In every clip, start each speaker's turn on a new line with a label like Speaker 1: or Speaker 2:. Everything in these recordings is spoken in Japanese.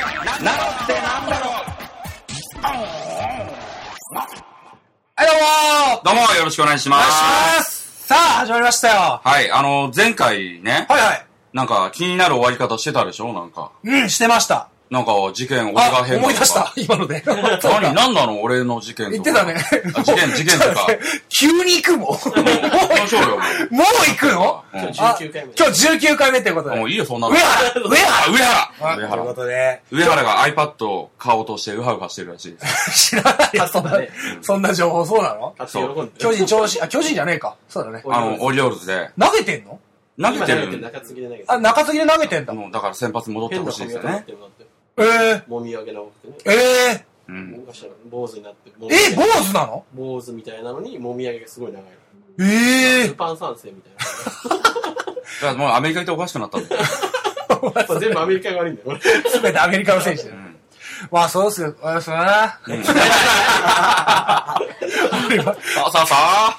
Speaker 1: ってなんだろう
Speaker 2: はい、どうも
Speaker 1: どうもよろしくお願いします。
Speaker 2: ーさあ、始まりましたよは
Speaker 1: はい、あの、前回ね
Speaker 2: い、はい。
Speaker 1: なんか気になる終わり方してたでしょなんか。
Speaker 2: うん、してました。
Speaker 1: なんか事件、俺が
Speaker 2: あ、
Speaker 1: 変
Speaker 2: 思い出した、今 ので。
Speaker 1: 何、何なの俺の事件とか。
Speaker 2: 言ってたね
Speaker 1: あ。事件、事件 とか。。
Speaker 2: 急に行 くもん。も
Speaker 1: 行きましょうよ、も
Speaker 2: うもう行くの
Speaker 1: う
Speaker 3: 今日
Speaker 2: あ
Speaker 3: 19回目
Speaker 2: 今日19回目ということで。
Speaker 1: うん。も
Speaker 2: 上
Speaker 1: ういいよ、そんなの。
Speaker 2: 原上
Speaker 1: あ
Speaker 2: 原
Speaker 1: 上原上
Speaker 2: あというこ
Speaker 1: 原。
Speaker 2: とで、
Speaker 1: 上原が iPad を買おうとしてウハウハしてるらしいです。
Speaker 2: 知らないよ、そんな
Speaker 3: あね、
Speaker 2: そんな情報そうなの
Speaker 3: 立って喜んで。
Speaker 2: 巨人調子、あ、巨人じゃねえか。そうだね。
Speaker 1: あの、オリオールズで。
Speaker 2: 投げてんの
Speaker 1: 投げ
Speaker 3: 今
Speaker 1: て
Speaker 3: 投げて
Speaker 1: る。
Speaker 3: 中継ぎで投げて
Speaker 2: あ、中継ぎで投げてん
Speaker 1: あ
Speaker 2: だ。
Speaker 1: の、だから先発戻って
Speaker 3: 変
Speaker 1: ほ
Speaker 3: な
Speaker 1: しい
Speaker 3: 髪
Speaker 1: ですよ
Speaker 3: 型になっ
Speaker 1: ね
Speaker 3: て。るなって。
Speaker 2: えー、
Speaker 3: もみあげな多くてね。
Speaker 2: えー、
Speaker 1: うん。
Speaker 3: 昔は坊主になって。もみあげ
Speaker 2: え、坊主なの
Speaker 3: 坊主みたいなのに、もみあげがすごい長い。
Speaker 2: ええ
Speaker 3: ルパン三世みたい
Speaker 1: だからもうアメリカ行っておかしくなったんだよ。
Speaker 3: な。やっぱ 全部アメリカが悪いんだよ。
Speaker 2: すべてアメリカの選手だよ。まあ、そうっすよ。あそうだな。 俺は
Speaker 1: さあさあさあ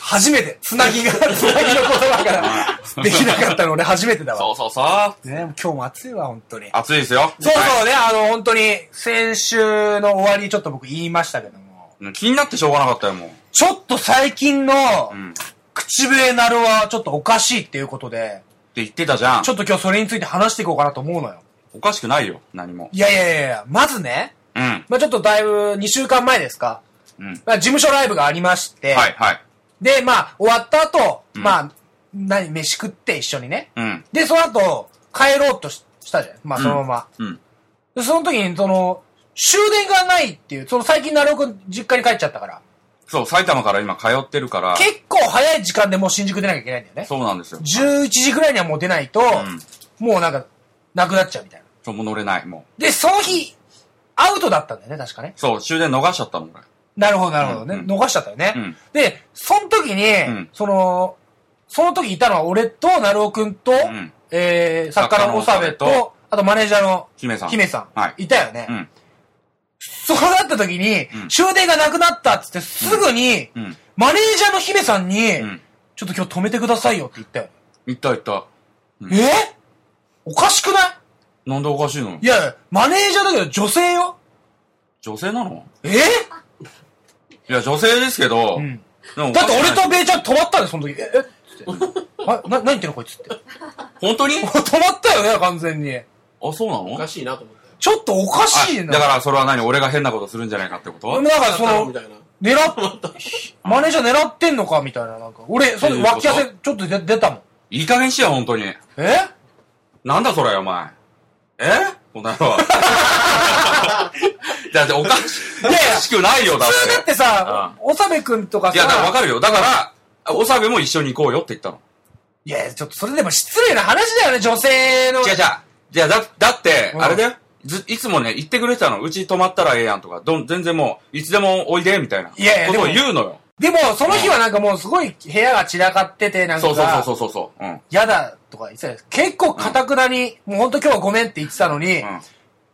Speaker 2: 初めて、つなぎが、つなぎの言葉からできなかったの俺初めてだ
Speaker 1: そ
Speaker 2: わ。
Speaker 1: うそうさ
Speaker 2: ね、今日も暑いわ、本当に。
Speaker 1: あ暑いですよ。
Speaker 2: そうそうね、あの、本当に、先週の終わりちょっと僕言いましたけども、
Speaker 1: うん気になってしょうがなかったよ、も
Speaker 2: ちょっと最近の
Speaker 1: う。うん。って
Speaker 2: 口笛なるはちょっとおかしいっていうことで、
Speaker 1: 言ってたじゃん
Speaker 2: ち。ょっと今日それについて話していこうかなと思うのよ。
Speaker 1: おかしくないよ、何も。
Speaker 2: いやいやいやいや、まずね、
Speaker 1: うん。
Speaker 2: まあちょっとだいぶ2週間前ですか、
Speaker 1: うん。
Speaker 2: まあ事務所ライブがありまして、
Speaker 1: はい、はい。
Speaker 2: で、まあ、終わった後、
Speaker 1: ん
Speaker 2: まあ、何、飯食って一緒にね。
Speaker 1: うん。
Speaker 2: で、その後、帰ろうとししたじゃん。まあ、そのまま。
Speaker 1: うん。
Speaker 2: で、その時に、その、終電がないっていう、その最近、なるおくん、実家に帰っちゃったから、
Speaker 1: そう、埼玉から今通ってるから、
Speaker 2: 結構早い時間でもう新宿出なきゃいけないんだよね。
Speaker 1: そうなんですよ。
Speaker 2: 11時ぐらいにはもう出ないと、
Speaker 1: ん
Speaker 2: もうなんか、なくなっちゃうみたいな。
Speaker 1: そう、もう乗れない、も
Speaker 2: で、その日、アウトだったんだよね、確かね。
Speaker 1: う。そう、終電逃しちゃったの、俺。
Speaker 2: なるほど、なるほどね。
Speaker 1: うんうん
Speaker 2: 逃しちゃったよね。
Speaker 1: うん
Speaker 2: で、その時に、
Speaker 1: ん
Speaker 2: その、その時いたのは俺と、なるおくんと、
Speaker 1: ん
Speaker 2: えー、作家の長部
Speaker 1: 作家の長部
Speaker 2: と、あとマネージャーの
Speaker 1: 姫さん。
Speaker 2: 姫さん、
Speaker 1: はい
Speaker 2: い、たよね。
Speaker 1: うん。
Speaker 2: そうなった時に、
Speaker 1: ん
Speaker 2: 終電がなくなったっつって、すぐに、
Speaker 1: うん。
Speaker 2: マネージャーの姫さんに、
Speaker 1: うん。
Speaker 2: ちょっと今日止めてくださいよって言ったよ。
Speaker 1: 行った行った。うん
Speaker 2: えおかしくない
Speaker 1: なんでおかしいの
Speaker 2: いや、マネージャーだけど女性よ。
Speaker 1: 女性なの
Speaker 2: え
Speaker 1: いや、女性ですけど、
Speaker 2: うん
Speaker 1: でもお
Speaker 2: だっ
Speaker 1: か
Speaker 2: て
Speaker 1: しくない
Speaker 2: 俺とベイちゃん止まったんだよ、その時。ええっつって。 あ、な、何言ってんのこいつって。
Speaker 1: 本当に
Speaker 2: 止まったよね、完全に。
Speaker 1: あ、そうなの
Speaker 3: おかしいなと思ったよ。
Speaker 2: ちょっとおかしい
Speaker 1: あ
Speaker 2: な。
Speaker 1: だからそれは何俺が変なことするんじゃないかってこと
Speaker 2: 俺もなんかその
Speaker 3: み、たいな。
Speaker 2: 狙っ、 マネージャー狙ってんのかみたいな、なんか。俺、そ
Speaker 1: ど
Speaker 2: れ
Speaker 1: ういうこと
Speaker 2: 脇汗ちょっと出出たもん。
Speaker 1: いい加減しや、本当に。
Speaker 2: え
Speaker 1: なんだそれ、お前。えこんなの。 だっておかし、お
Speaker 2: やいや
Speaker 1: かしくないよ、だっ。
Speaker 2: 普通だっててさ、おさべくんとか
Speaker 1: いや、だからわ
Speaker 2: さ、
Speaker 1: かるよ。だから、おさべも一緒に行こうよって言ったの。
Speaker 2: いや、ちょっとそれでも失礼な話だよね、女性の。
Speaker 1: 違う違う。じゃあ、だ、だって、
Speaker 2: うん
Speaker 1: あれだよ。ず、いつもね、言ってくれてたの。うち泊まったらええやんとか、どん、全然もう、いつでもおいで、みたいな。
Speaker 2: いやいや
Speaker 1: ことを
Speaker 2: でも
Speaker 1: 言うのよ。
Speaker 2: でも、その日はなんかもうすごい部屋が散らかってて、なん
Speaker 1: そうそうそう
Speaker 2: か、
Speaker 1: そうそう。うん。
Speaker 2: 嫌だとか言ってたよ結構かたくなに、もうほんと今日はごめんって言ってたのに、
Speaker 1: う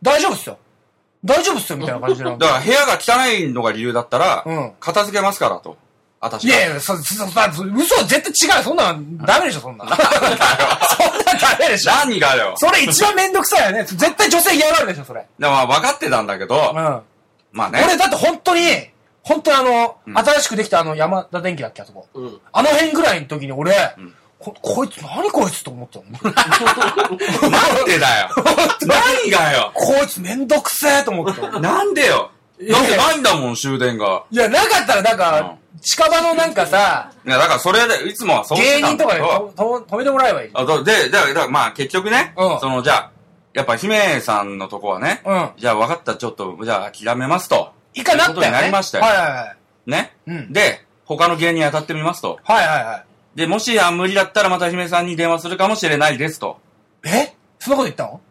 Speaker 2: 大丈夫っすよ。大丈夫っすよ、みたいな感じでなん
Speaker 1: ん。
Speaker 2: か。
Speaker 1: だから、部屋が汚いのが理由だったら、
Speaker 2: うん
Speaker 1: 片付けますから、と。あたし
Speaker 2: い
Speaker 1: が。
Speaker 2: やいや、そ、そ、そ、そ嘘絶対違う。そんなん、ダメでしょ、そん なん。そん なんダメでしょ。
Speaker 1: 何がよ。
Speaker 2: それ一番めんどくさいよね。絶対女性嫌がるでしょ、それ。
Speaker 1: でも、まあ分かってたんだけど、
Speaker 2: うん。
Speaker 1: まあね。
Speaker 2: 俺だって本当に、本当にあの、新しくできたあの山田電機だっけ、あそこ。
Speaker 3: うん。
Speaker 2: あの辺ぐらいの時に俺、ここいつ、何こいつと思ったの
Speaker 1: なんでだよ。何がよ。
Speaker 2: こいつめんどくせえと思ったの。
Speaker 1: なんでよ。
Speaker 2: や
Speaker 1: だってないんだもん、終電が。
Speaker 2: いや、なかったらなんか、近場のなんかさ、
Speaker 1: いや、だからそれで、いつもはそうして
Speaker 2: 芸
Speaker 1: たん
Speaker 2: 人とか
Speaker 1: だけ
Speaker 2: で
Speaker 1: ど
Speaker 2: とと止めてもらえばいいじゃん。
Speaker 1: あとで、だから、だからまあ結局ね、
Speaker 2: うん
Speaker 1: その、じゃあ、やっぱ姫さんのとこはね、
Speaker 2: うん
Speaker 1: じゃあ分かった、ちょっと、じゃあ諦めますと。
Speaker 2: 一回なったよ
Speaker 1: そう
Speaker 2: ね。
Speaker 1: いうことになりましたよ
Speaker 2: はいはいはい。
Speaker 1: ね。
Speaker 2: うん
Speaker 1: で、他の芸人当たってみますと。
Speaker 2: はいはいはい。
Speaker 1: で、もし、あ、無理だったらまた姫さんに電話するかもしれないですと。
Speaker 2: えそんなこと言ったの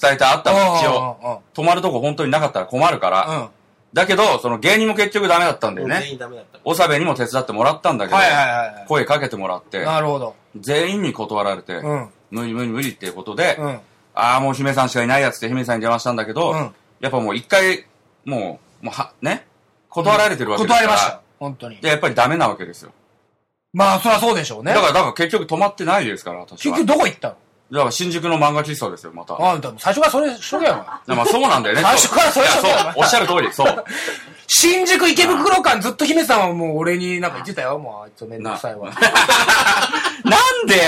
Speaker 1: 伝えてあったの、一応。
Speaker 2: 応。
Speaker 1: 泊まるとこ本当になかったら困るから。
Speaker 2: うん。
Speaker 1: だけど、その芸人も結局ダメだったんだよね。
Speaker 3: 全員ダメだった。
Speaker 1: おさべにも手伝ってもらったんだけど、
Speaker 2: はいはいはい
Speaker 1: 声かけてもらって、
Speaker 2: なるほど。
Speaker 1: 全員に断られて、
Speaker 2: うん
Speaker 1: 無理無理無理っていうことで、
Speaker 2: うん。
Speaker 1: ああ、もう姫さんしかいないやつって姫さんに電話したんだけど、
Speaker 2: うん
Speaker 1: やっぱもう一回、もう、もうは、ね、断られてるわけです
Speaker 2: 断
Speaker 1: から、
Speaker 2: りましたよ。本当に。
Speaker 1: で、やっぱりダメなわけですよ。
Speaker 2: まあ、そりゃそうでしょうね
Speaker 1: だ。から、だから結局止まってないですから、私
Speaker 2: 結
Speaker 1: は。
Speaker 2: 局どこ行ったの
Speaker 1: だから新宿の漫画喫茶ですよ、また。
Speaker 2: あんた、最初からそれしとけよ。
Speaker 1: でまあそうなんだよね。
Speaker 2: 最初からそう
Speaker 1: い
Speaker 2: や
Speaker 1: や
Speaker 2: っ
Speaker 1: そ
Speaker 2: たよ
Speaker 1: うおっしゃる通 り、そう。
Speaker 2: 新宿池袋間ずっと姫さんはもう俺になんか言ってたよ。もうあいつめんどくさいわ。
Speaker 1: なんでよ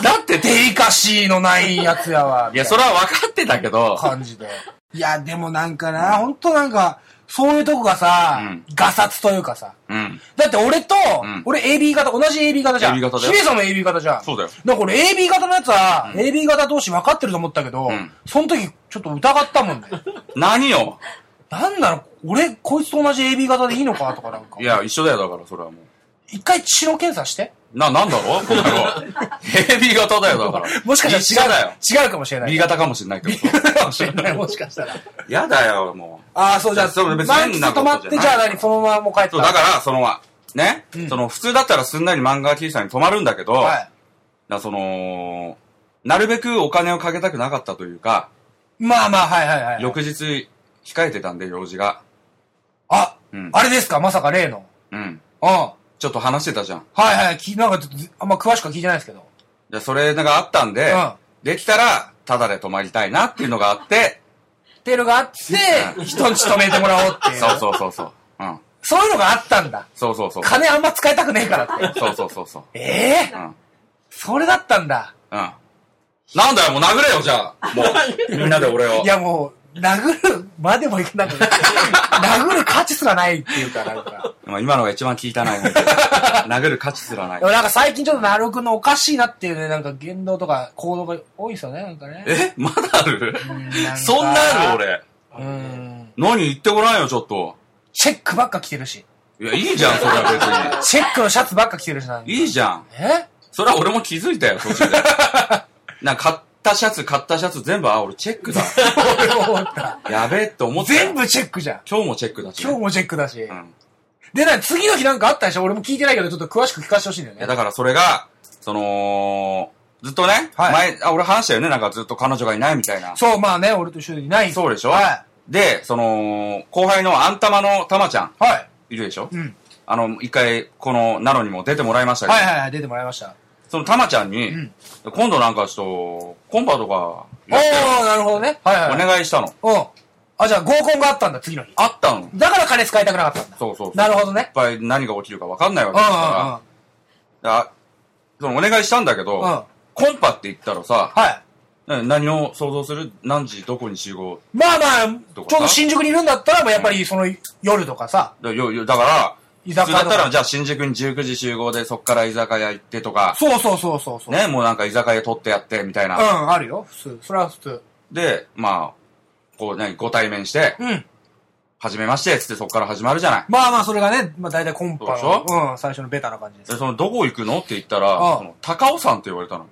Speaker 2: だってデリカシーのないやつやわ。
Speaker 1: いや、それは分かってたけど、
Speaker 2: 感じで。いや、でもなんかな、ほんとなんか、そういうとこがさ、
Speaker 1: うん
Speaker 2: ガサツというかさ。
Speaker 1: うん。
Speaker 2: だって俺と、
Speaker 1: ん
Speaker 2: 俺 AB 型、同じ AB 型じゃん。
Speaker 1: AB 型だよ
Speaker 2: 姫さんも AB 型じゃん。
Speaker 1: そうだよ
Speaker 2: だから俺 AB 型のやつは、AB 型同士分かってると思ったけど、
Speaker 1: ん
Speaker 2: その時ちょっと疑ったもんね。
Speaker 1: 何よ
Speaker 2: なんなの俺、こいつと同じ AB 型でいいのかとかなんか
Speaker 1: い。や、一緒だよ、だから、それはもう。
Speaker 2: 一回血の検査して。
Speaker 1: な、なんだろうこの 野郎。AB 型だよ、だから。
Speaker 2: もしかし
Speaker 1: 一
Speaker 2: た
Speaker 1: 緒だ
Speaker 2: ら
Speaker 1: よ。
Speaker 2: 違う、違うかもしれない。
Speaker 1: B 型かもしれないけど。
Speaker 2: かもしれ ない、もしかしたら。
Speaker 1: やだよ、もう。
Speaker 2: ああ、そう、じゃあ、
Speaker 1: そう別に
Speaker 2: 満喫止まって、じゃあ何、そのままもう帰った。
Speaker 1: そう、だから、その、ね、その、普通だったらすんなり漫画喫茶に泊まるんだけど、
Speaker 2: はい。
Speaker 1: な、その、なるべくお金をかけたくなかったというか、
Speaker 2: まあまあ、はいはいはい。
Speaker 1: 翌日、控えてたんで、用事が。
Speaker 2: あ、
Speaker 1: うん
Speaker 2: あれですかまさか例の。
Speaker 1: うん。
Speaker 2: うん。は
Speaker 1: ちょっと話してたじゃん。
Speaker 2: いはい。きなんかちょっとず、あんま詳しくは聞いてないですけど。
Speaker 1: じゃあそれがあったんで、
Speaker 2: うん
Speaker 1: できたら、タダで泊まりたいなっていうのがあって、
Speaker 2: テルがあって、 人んち止めてもらおうっていう。
Speaker 1: そうそうそうそう。うん。
Speaker 2: そういうのがあったんだ。
Speaker 1: そうそうそう。
Speaker 2: 金あんま使いたくねえからって。
Speaker 1: そうそうそうそう。
Speaker 2: ええ
Speaker 1: うん。うん。
Speaker 2: それだったんだ。
Speaker 1: なんだよ、もう殴れよ、じゃあ。も う。みんなで俺を。
Speaker 2: いやもう、殴るまでもいかなく て、殴る価値すらないっていうかなんか。
Speaker 1: まあ今のが一番効いたない。本当に殴る価値すら ない
Speaker 2: で。もなんか最近ちょっとなるくんのおかしいなっていうね、なんか言動とか行動が多いですよね、なんかね。
Speaker 1: えまだある
Speaker 2: なんか
Speaker 1: そんなある
Speaker 2: うー
Speaker 1: 俺。
Speaker 2: ん。
Speaker 1: 何言ってごらんよ、ちょっと。
Speaker 2: チェックばっか着てるし。
Speaker 1: いや、いいじゃん、それは
Speaker 2: チェックのシャツばっか着てるしなんか
Speaker 1: 別に。いいじゃん。
Speaker 2: え
Speaker 1: それは俺も気づいたよ、途中で。なんか買ったシャツ、買ったシャツ全部、あ、俺チェックだ。
Speaker 2: 俺も思った。
Speaker 1: やべえって思ったよ。
Speaker 2: 全部チェックじゃん。
Speaker 1: 今日もチェックだし、
Speaker 2: 今日
Speaker 1: ね。
Speaker 2: もチェックだし。
Speaker 1: うん。
Speaker 2: で、な、次の日なんかあったでしょ俺も聞いてないけど、ちょっと詳しく聞かせてほしいんだよ
Speaker 1: いや、
Speaker 2: ね。
Speaker 1: だからそれが、その、ずっとね、
Speaker 2: はい
Speaker 1: 前、あ、俺話したよね、なんかずっと彼女がいないみたいな。
Speaker 2: そう、まあね、俺と一緒にいない。
Speaker 1: そうでしょ
Speaker 2: は
Speaker 1: で、その、後輩のあんたまのたまちゃん、
Speaker 2: い。はい。
Speaker 1: いるでしょ
Speaker 2: うん。
Speaker 1: あの、一回、この、ナロにも出てもらいましたけど、
Speaker 2: はいはいはい、出てもらいました。
Speaker 1: そのたまちゃんに、
Speaker 2: ん
Speaker 1: 今度なんかちょっと、コンパとか
Speaker 2: お
Speaker 1: やってよ、
Speaker 2: ー、なるほどね。はいはい
Speaker 1: お
Speaker 2: はい。
Speaker 1: 願いしたの。
Speaker 2: うん。あ、じゃあ合コンがあったんだ、次の日。
Speaker 1: あったの。
Speaker 2: だから金使いたくなかったんだ。
Speaker 1: そうそうそう。
Speaker 2: ない
Speaker 1: っ
Speaker 2: るほどね。
Speaker 1: ぱい何が起きるか分かんないわ
Speaker 2: う
Speaker 1: けですか
Speaker 2: ん
Speaker 1: ら、あそのお願いしたんだけど、
Speaker 2: うんうん。うん。
Speaker 1: コンパって言ったらさ、
Speaker 2: はい。
Speaker 1: な何を想像する何時どこに集合
Speaker 2: まあまあ、ちょ
Speaker 1: ど
Speaker 2: う
Speaker 1: こだ
Speaker 2: ど新宿にいるんだったら、まあやっぱりその夜とかさ、
Speaker 1: だよよだから、
Speaker 2: 居
Speaker 1: 普
Speaker 2: 酒
Speaker 1: 通
Speaker 2: 屋
Speaker 1: だ
Speaker 2: と
Speaker 1: ったら、
Speaker 2: か。
Speaker 1: じゃあ新宿に19時集合で、そっから居酒屋行ってとか、
Speaker 2: そうそうそうそうそう。
Speaker 1: ね、もうなんか居酒屋取ってやって、みたいうな。
Speaker 2: ん、あるよ。普通。それは普通。
Speaker 1: で、まあ、こう、何、ご対面して、
Speaker 2: うん。
Speaker 1: はじめまして、つってそっから始まるじゃない。
Speaker 2: まあまあ、それがね、まあ大体コンパ
Speaker 1: そうでし
Speaker 2: の、うん、最初のベタな感じです。
Speaker 1: で、その、どこ行くのって言った
Speaker 2: あ
Speaker 1: ら、
Speaker 2: あ
Speaker 1: その高尾山って言われたの。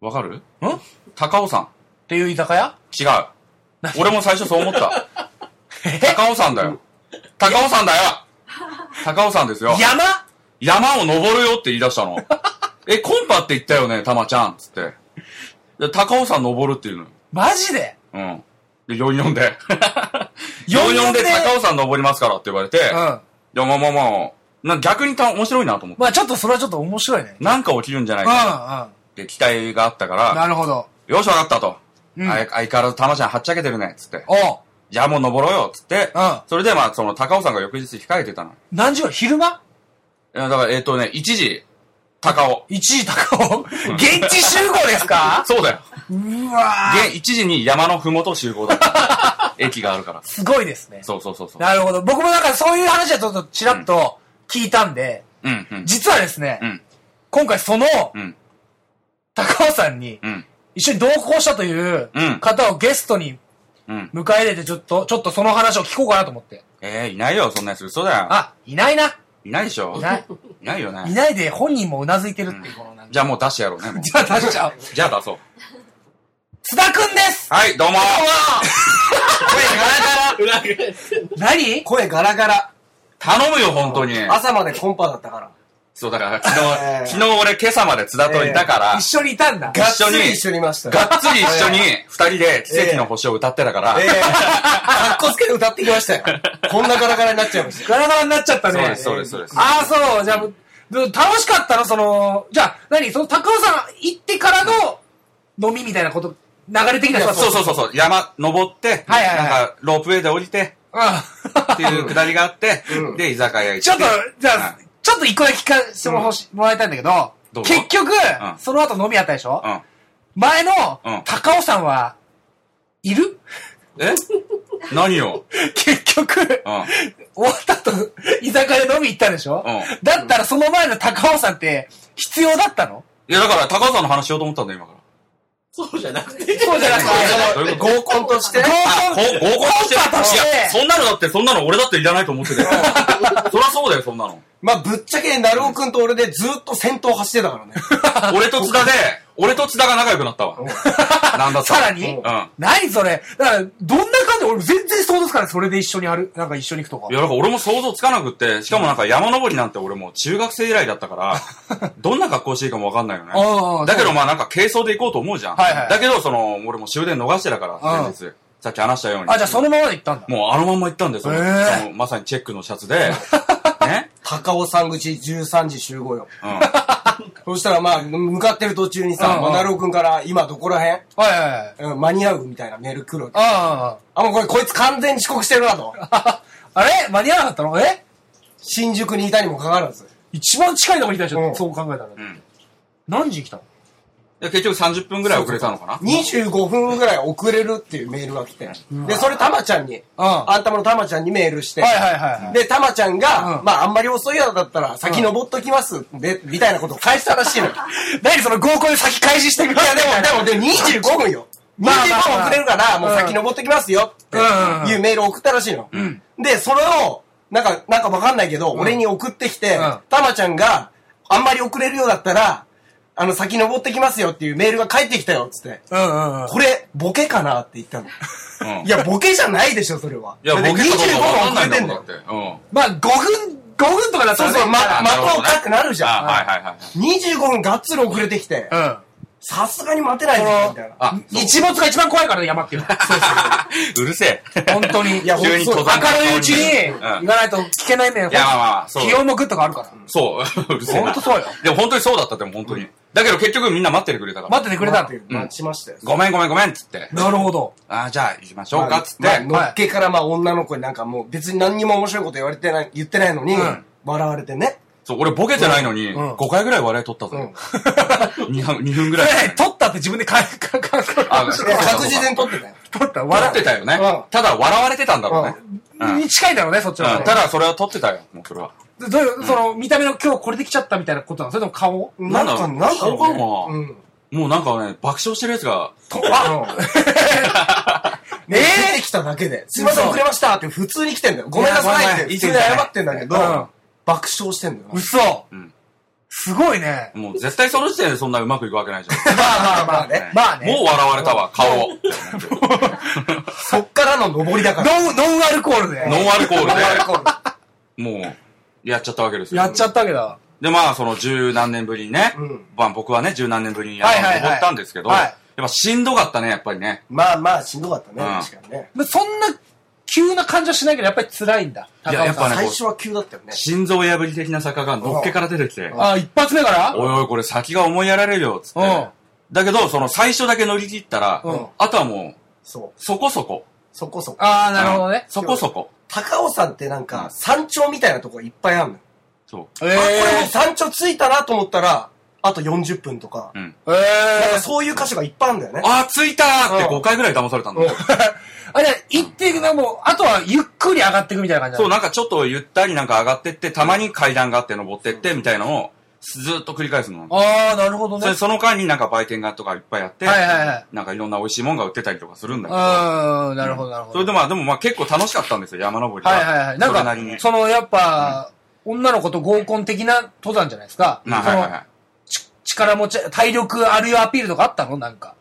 Speaker 1: わかるん高尾山。
Speaker 2: っていう居酒屋
Speaker 1: 違う。俺も最初そう思 った。高尾山だよ。高尾山だよ高尾山ですよ。
Speaker 2: 山
Speaker 1: 山を登るよって言い出したの。 え、コンパって言ったよね、たまちゃん、つって。で、高尾山登るっていうのよ。
Speaker 2: マジで
Speaker 1: うん。で、44で。
Speaker 2: 44
Speaker 1: 44
Speaker 2: で
Speaker 1: で高尾山登りますからって言われて、い
Speaker 2: うん。ま
Speaker 1: や、まあまあまあ、な逆にた面白いなと思って。
Speaker 2: あちょっとそれはちょっと面白いね。
Speaker 1: なんか起きるんじゃな
Speaker 2: う
Speaker 1: い
Speaker 2: ん、う
Speaker 1: か
Speaker 2: ん。
Speaker 1: って期待があったから、
Speaker 2: なるほど。
Speaker 1: よし、わかったと。
Speaker 2: うん
Speaker 1: あい相変わらずたまちゃんはっちゃけてるね、つって。
Speaker 2: おう
Speaker 1: じゃあもう登ろうよ、つって。
Speaker 2: うん
Speaker 1: それでまあ、その高尾山が翌日控えてたの。
Speaker 2: 何時頃昼間
Speaker 1: いやだから、えっ、とね、1時、高尾。
Speaker 2: ?1 時高尾現地集合ですか
Speaker 1: そうだよ。
Speaker 2: うわー
Speaker 1: で、1時に山のふもと集合 だった。駅があるから。
Speaker 2: すごいですね。
Speaker 1: そうそうそうそう。
Speaker 2: なるほど。僕もなんかそういう話はちょっとちらっと聞いたんで、
Speaker 1: うん、うん。
Speaker 2: 実はですね、
Speaker 1: うん、
Speaker 2: 今回その
Speaker 1: うん、
Speaker 2: 高尾さんに
Speaker 1: うん、
Speaker 2: 一緒に同行したという
Speaker 1: うん
Speaker 2: 方をゲストに
Speaker 1: うん。
Speaker 2: 迎え入れてちょっと、ちょっとその話を聞こうかなと思って。
Speaker 1: えー、いないよ、そんなやつ。嘘だよ。
Speaker 2: あ、いないな。
Speaker 1: いないでしょ
Speaker 2: いない。
Speaker 1: いないよ
Speaker 2: い
Speaker 1: ね。
Speaker 2: ないで本人もうなずいてるっていう、このなんか。
Speaker 1: じゃあもう出してやろうね、もう。
Speaker 2: じゃあ出しちゃおう。
Speaker 1: じゃあ出そう。
Speaker 2: 津田くんです
Speaker 1: はい、どうも
Speaker 3: 裏返ってんの
Speaker 2: 何
Speaker 4: 声ガラガラ。
Speaker 1: 頼むよ、本当に。
Speaker 4: 朝までコンパだったから。
Speaker 1: そう、だから昨
Speaker 4: えー
Speaker 1: 日、昨日俺今朝まで津田といたから、
Speaker 2: 一緒にいたんだ。
Speaker 1: がっつり
Speaker 4: がっつり一緒にいましたよ。
Speaker 1: がっつり一緒に二人で奇跡の星を歌ってたから、
Speaker 4: ええかっこつけて歌ってきましたよ。こんなガラガラになっちゃいまし
Speaker 2: ガラガラになっちゃったね。
Speaker 1: そうです、そうです、そうです。
Speaker 2: ああ、そう。じゃあ、ど楽しかったのその、じゃあ、何その高尾さん行ってからの飲みみたいなこと、流れ的な人
Speaker 1: そうそうそうそう。山登って、
Speaker 2: はいはいはい
Speaker 1: なんかロープウェイで降りて、
Speaker 2: う
Speaker 1: っていうくだりがあって、
Speaker 4: うん
Speaker 1: で、居酒屋行って。
Speaker 2: ちょっと、じゃ
Speaker 1: は
Speaker 2: あ、ちょっと一個だけ聞かせてもほしもらいたいんだけど、
Speaker 1: どうぞ
Speaker 2: 結局
Speaker 1: うん、
Speaker 2: その後飲みあったでしょ
Speaker 1: うん。
Speaker 2: 前の
Speaker 1: うん、
Speaker 2: 高尾さんは、い る
Speaker 1: え何を
Speaker 2: 結局、
Speaker 1: うん。
Speaker 2: 終わった後、居酒屋で飲み行ったでしょ
Speaker 1: うん
Speaker 2: だったらその前の高尾さんって、必要だったの
Speaker 1: いや、だから、高尾さんの話しようと思ったんだ、今から。
Speaker 3: そうじゃなくて。
Speaker 2: そうじゃなくて、
Speaker 1: どういうこ
Speaker 4: 合コンとして、
Speaker 1: あ、こ合コンしてる
Speaker 2: コンパとして
Speaker 1: いや、そんなのだって、そんなの俺だっていらないと思っ てたよ。そりゃそうだよ、そんなの。
Speaker 4: まあぶっちゃけ、なるおくんと俺でずっと先頭走って たからね。
Speaker 1: 俺と津田で、俺と津田が仲良くなったわ。なんだった
Speaker 2: さらに
Speaker 1: うん。いや、
Speaker 2: 何それだから、どんな感じ俺全然そうですから、それで一緒にある、なんか一緒に行くとか。
Speaker 1: だから俺も想像つかなくって、しかもなんか山登りなんて俺もう中学生以来だっ たから、どんな格好していいかもわかんないよね
Speaker 2: あ。あ
Speaker 1: だけどまあなんか軽装で行こうと思うじゃん。
Speaker 2: はいはい
Speaker 1: だけどその、俺も終電逃してたから、
Speaker 2: うん
Speaker 1: 先日。さっき話したように。
Speaker 2: あ、じゃあそのままで行ったんだ。
Speaker 1: もうあのまんま行ったんですよ。
Speaker 2: へえ
Speaker 1: そのまさにチェックのシャツ で。ね
Speaker 4: 高尾山口13時集合よ。
Speaker 1: うん。
Speaker 4: そしたらまあ、向かってる途中にさ、
Speaker 2: うん
Speaker 4: まあなるおくんから、今どこら辺
Speaker 2: はいはいはい。
Speaker 4: うん間に合うみたいなメール来るわけ。
Speaker 2: あ
Speaker 4: あ、もうこれこいつ完全に遅刻してるなと。
Speaker 2: あ。あれ間に合わなかったのえ
Speaker 4: 新宿にいたにもかかわらず。
Speaker 2: 一番近いとこにいたでしょ、
Speaker 4: うん
Speaker 2: そう考えたら。
Speaker 1: ん
Speaker 2: 何時に来たの
Speaker 1: で結局30分ぐらい遅れたのかな
Speaker 4: 25分ぐらい遅れるっていうメールが来て。で、それたまちゃんに、
Speaker 2: ん
Speaker 4: あんたものたまちゃんにメールして。
Speaker 2: はいはいはいはい
Speaker 4: で、たまちゃんが、
Speaker 2: うん
Speaker 4: まああんまり遅いようだったら先登っときますで、みたいなことを返したらしいの よ。
Speaker 2: 何その合コンで先開始してく
Speaker 4: いや、でも、でも、でも25分よ。
Speaker 2: まあまあ
Speaker 4: 25分遅れるから、
Speaker 2: ん
Speaker 4: もう先登ってきますよって
Speaker 2: うん
Speaker 4: いうメールを送ったらしいの。で、それを、なんか、なんかわかんないけど、俺に送ってきて
Speaker 2: うん、
Speaker 4: たまちゃんがあんまり遅れるようだったら、あの、先登ってきますよっていうメールが返ってきたよ、つって。
Speaker 2: うんうんうん。
Speaker 4: これ、ボケかなって言ったの。
Speaker 1: うん
Speaker 4: いや、ボケじゃないでしょ、それは。
Speaker 1: いや、
Speaker 4: だって
Speaker 1: ボケたこと
Speaker 4: 25
Speaker 1: わ
Speaker 4: 分
Speaker 1: かんな
Speaker 4: 遅
Speaker 1: い
Speaker 4: れ
Speaker 1: んだ
Speaker 4: て
Speaker 1: も
Speaker 4: ん
Speaker 1: ん
Speaker 4: だ
Speaker 1: だっ
Speaker 4: よ
Speaker 1: て。。うん。
Speaker 2: まあ5分、5分とかだった
Speaker 4: そう
Speaker 2: らね
Speaker 4: そう、ま、的をかってなるじ
Speaker 1: あ、
Speaker 4: ゃん。
Speaker 1: はいはいはい。
Speaker 4: 25分がっつり遅れてきて、
Speaker 2: うん。
Speaker 4: さすがに待てないでしょ、みたいな。
Speaker 1: あ、
Speaker 2: 日没が一番怖いからね、山っていうのは。そう
Speaker 1: うるせえ。
Speaker 2: 本当に。
Speaker 4: いやほ ん
Speaker 1: 急に登山
Speaker 2: 明るいうちに
Speaker 1: う
Speaker 2: 行
Speaker 1: ん
Speaker 2: かないと聞けない面、
Speaker 1: いや、まあまあ、そう。
Speaker 2: 気温もぐっとかあるから。
Speaker 1: そう、う るせえな。
Speaker 2: ほんとそうよ。
Speaker 1: でも本当にそうだった、でも本当に。だけど結局みんな待っててくれたから。
Speaker 2: 待っててくれたの
Speaker 4: 待。って待ちましたよ。
Speaker 1: ごめんごめんごめんっつって。
Speaker 2: なるほど。
Speaker 1: あーじゃあ行きましょうかっつって。
Speaker 4: まあまあのっけからまあ女の子になんかもう別に何にも面白いこと言われてない、言ってないのに、
Speaker 2: うん
Speaker 4: 笑われてね。
Speaker 1: そう、俺ボケてないのに、
Speaker 2: うん
Speaker 1: 5回ぐらい笑い取った
Speaker 4: う
Speaker 1: ぞ
Speaker 4: ん。。
Speaker 1: 2分、 二分ぐらい。
Speaker 2: ね取ったって自分でか、 か、か、
Speaker 1: あ
Speaker 2: か、
Speaker 1: そう
Speaker 4: いや確実に撮ってたよ。
Speaker 2: 取った。
Speaker 1: 取
Speaker 2: 笑
Speaker 1: ってたよね
Speaker 4: うん。
Speaker 1: ただ笑われてたんだろうね。うん
Speaker 2: に近いだろうね、そっちの方が
Speaker 1: うん
Speaker 2: ね。
Speaker 1: ただそれは取ってたよ、もうそれは。
Speaker 2: でどういう、その、見た目の今日これできちゃったみたいなことなのそれとも顔
Speaker 4: なんか、
Speaker 1: なんだ
Speaker 4: なんかね、
Speaker 1: そうかな
Speaker 4: うん。
Speaker 1: もうなんかね、爆笑してるやつが、
Speaker 4: あねえ出てきただけで。すいません、遅れましたって普通に来てんだよ。ごめんなさいって。普
Speaker 1: いやごめ
Speaker 4: 通
Speaker 1: ん
Speaker 4: に謝ってんだけど
Speaker 2: うん、
Speaker 4: 爆笑してんだよな。
Speaker 2: 嘘
Speaker 1: うん
Speaker 2: すごいね。
Speaker 1: もう絶対その時点でそんなうまくいくわけないじゃ
Speaker 4: まあまあまあね。
Speaker 2: まあ
Speaker 1: ん。も
Speaker 2: ね。
Speaker 1: う笑われたわ、顔。
Speaker 4: そっからの上りだから。
Speaker 2: ノン、ノンアルコールで。
Speaker 1: ノンアルコール
Speaker 4: ノンアルコール
Speaker 1: で、もう、やっちゃったわけですよ。
Speaker 2: やっちゃったわけだ。
Speaker 1: で、まあ、その十何年ぶりにね、
Speaker 4: うん
Speaker 1: まあ僕はね、十何年ぶりにやっ
Speaker 2: はいはいはい
Speaker 1: 登ったんですけど、
Speaker 2: はい
Speaker 1: やっぱしんどかったね、やっぱりね。
Speaker 4: まあまあ、しんどかったね。
Speaker 1: うん
Speaker 4: 確かにね。
Speaker 2: まそんな、急な感じはしないけど、やっぱり辛いんだ。高
Speaker 1: いや
Speaker 2: 尾さん
Speaker 1: やっぱね
Speaker 4: 最初は急だったよね。
Speaker 1: 心臓破り的な坂がのっけから出てきて、
Speaker 2: あ、一発目から
Speaker 1: おいおい、これ先が思いやられるよ、つっ
Speaker 2: うん
Speaker 1: て。だけど、その最初だけ乗り切ったら
Speaker 2: うん、
Speaker 1: あとはもう、
Speaker 4: そう。
Speaker 1: そこそこ。
Speaker 4: そこそこ。
Speaker 2: ああ、なるほど
Speaker 1: う
Speaker 2: ね
Speaker 1: ん。そこそこ。
Speaker 4: 高尾山ってなんか、山頂みたいなとこいっぱいあるのよ。
Speaker 1: そ
Speaker 2: え
Speaker 4: あ、これもう山頂着いたなと思ったら、あと40分とか
Speaker 1: う。、うん。
Speaker 2: えー。
Speaker 4: なんかそういう箇所がいっぱいあるんだよね。
Speaker 1: あー、着いたーって
Speaker 4: うん
Speaker 1: 5回ぐらい騙されたんだよ。
Speaker 2: あれ、行って、なもう、あとはゆっくり上がっていくみたいな感じ
Speaker 1: そう、
Speaker 2: なの
Speaker 1: なんかちょっとゆったりなんか上がってって、たまに階段があって登ってって、みたいなのを、ずーっと繰り返すの。
Speaker 2: ああ、なるほど
Speaker 1: そ
Speaker 2: ね。
Speaker 1: れその間になんか売店がとかいっぱいあって、
Speaker 2: はいはいはい
Speaker 1: なんかいろんな美味しいもんが売ってたりとかするんだけど、
Speaker 2: うん、なるほど、なるほど。
Speaker 1: それでまあでもまあ結構楽しかったんですよ、山登りが。
Speaker 2: はいはいはい。なん
Speaker 1: それなりに
Speaker 2: か、そのやっぱ、女の子と合コン的な登山じゃないですか。
Speaker 1: なはいはいはい。
Speaker 2: そのち力持ち、体力あるよアピールとかあったのなんか。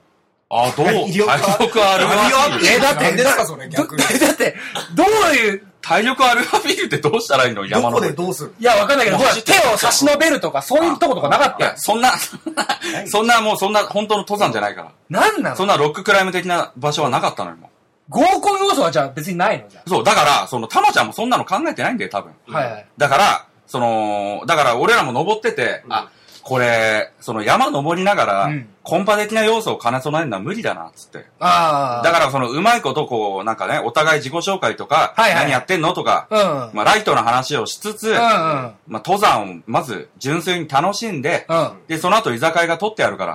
Speaker 1: あ、どう体
Speaker 4: 威力ある
Speaker 1: 力あるアピール。
Speaker 4: え、だって、ですか、それ、
Speaker 2: ど
Speaker 4: 逆に。
Speaker 2: だって、どういう、
Speaker 1: 体力あるアピールってどうしたらいいの
Speaker 4: ど
Speaker 1: 山
Speaker 4: こ
Speaker 1: 登
Speaker 4: で
Speaker 1: り。
Speaker 4: どうする
Speaker 2: いや、わかんないけど、
Speaker 1: も
Speaker 2: ほ
Speaker 1: う
Speaker 2: ら、手を差し伸べるとか、そういうとことかなかっ
Speaker 1: い
Speaker 2: たよ
Speaker 1: や、そんな、そんなそんなもうそんな本当の登山じゃないから。
Speaker 2: なんな
Speaker 1: そん
Speaker 2: の
Speaker 1: なロッククライム的な場所はなかったのよ、も
Speaker 2: 合コン要素はじゃあ別にないのじゃ
Speaker 1: うそう、だから、その、たまちゃんもそんなの考えてないんだよ、多分。
Speaker 2: あはいはい。
Speaker 1: だから、その、だから俺らも登ってて、あ、これ、その山登りながら、
Speaker 2: うん
Speaker 1: コンパ的な要素を兼ね備えるのは無理だな、つって。
Speaker 2: ああ。
Speaker 1: だからその、うまいことこう、なんかね、お互い自己紹介とか、
Speaker 2: はいはい
Speaker 1: 何やってんのとか、
Speaker 2: うん。
Speaker 1: まあ、ライトな話をしつつ、
Speaker 2: うん
Speaker 1: まあ、登山をまず純粋に楽しんで、
Speaker 2: うん。うん。
Speaker 1: で、その後居酒屋が取ってある か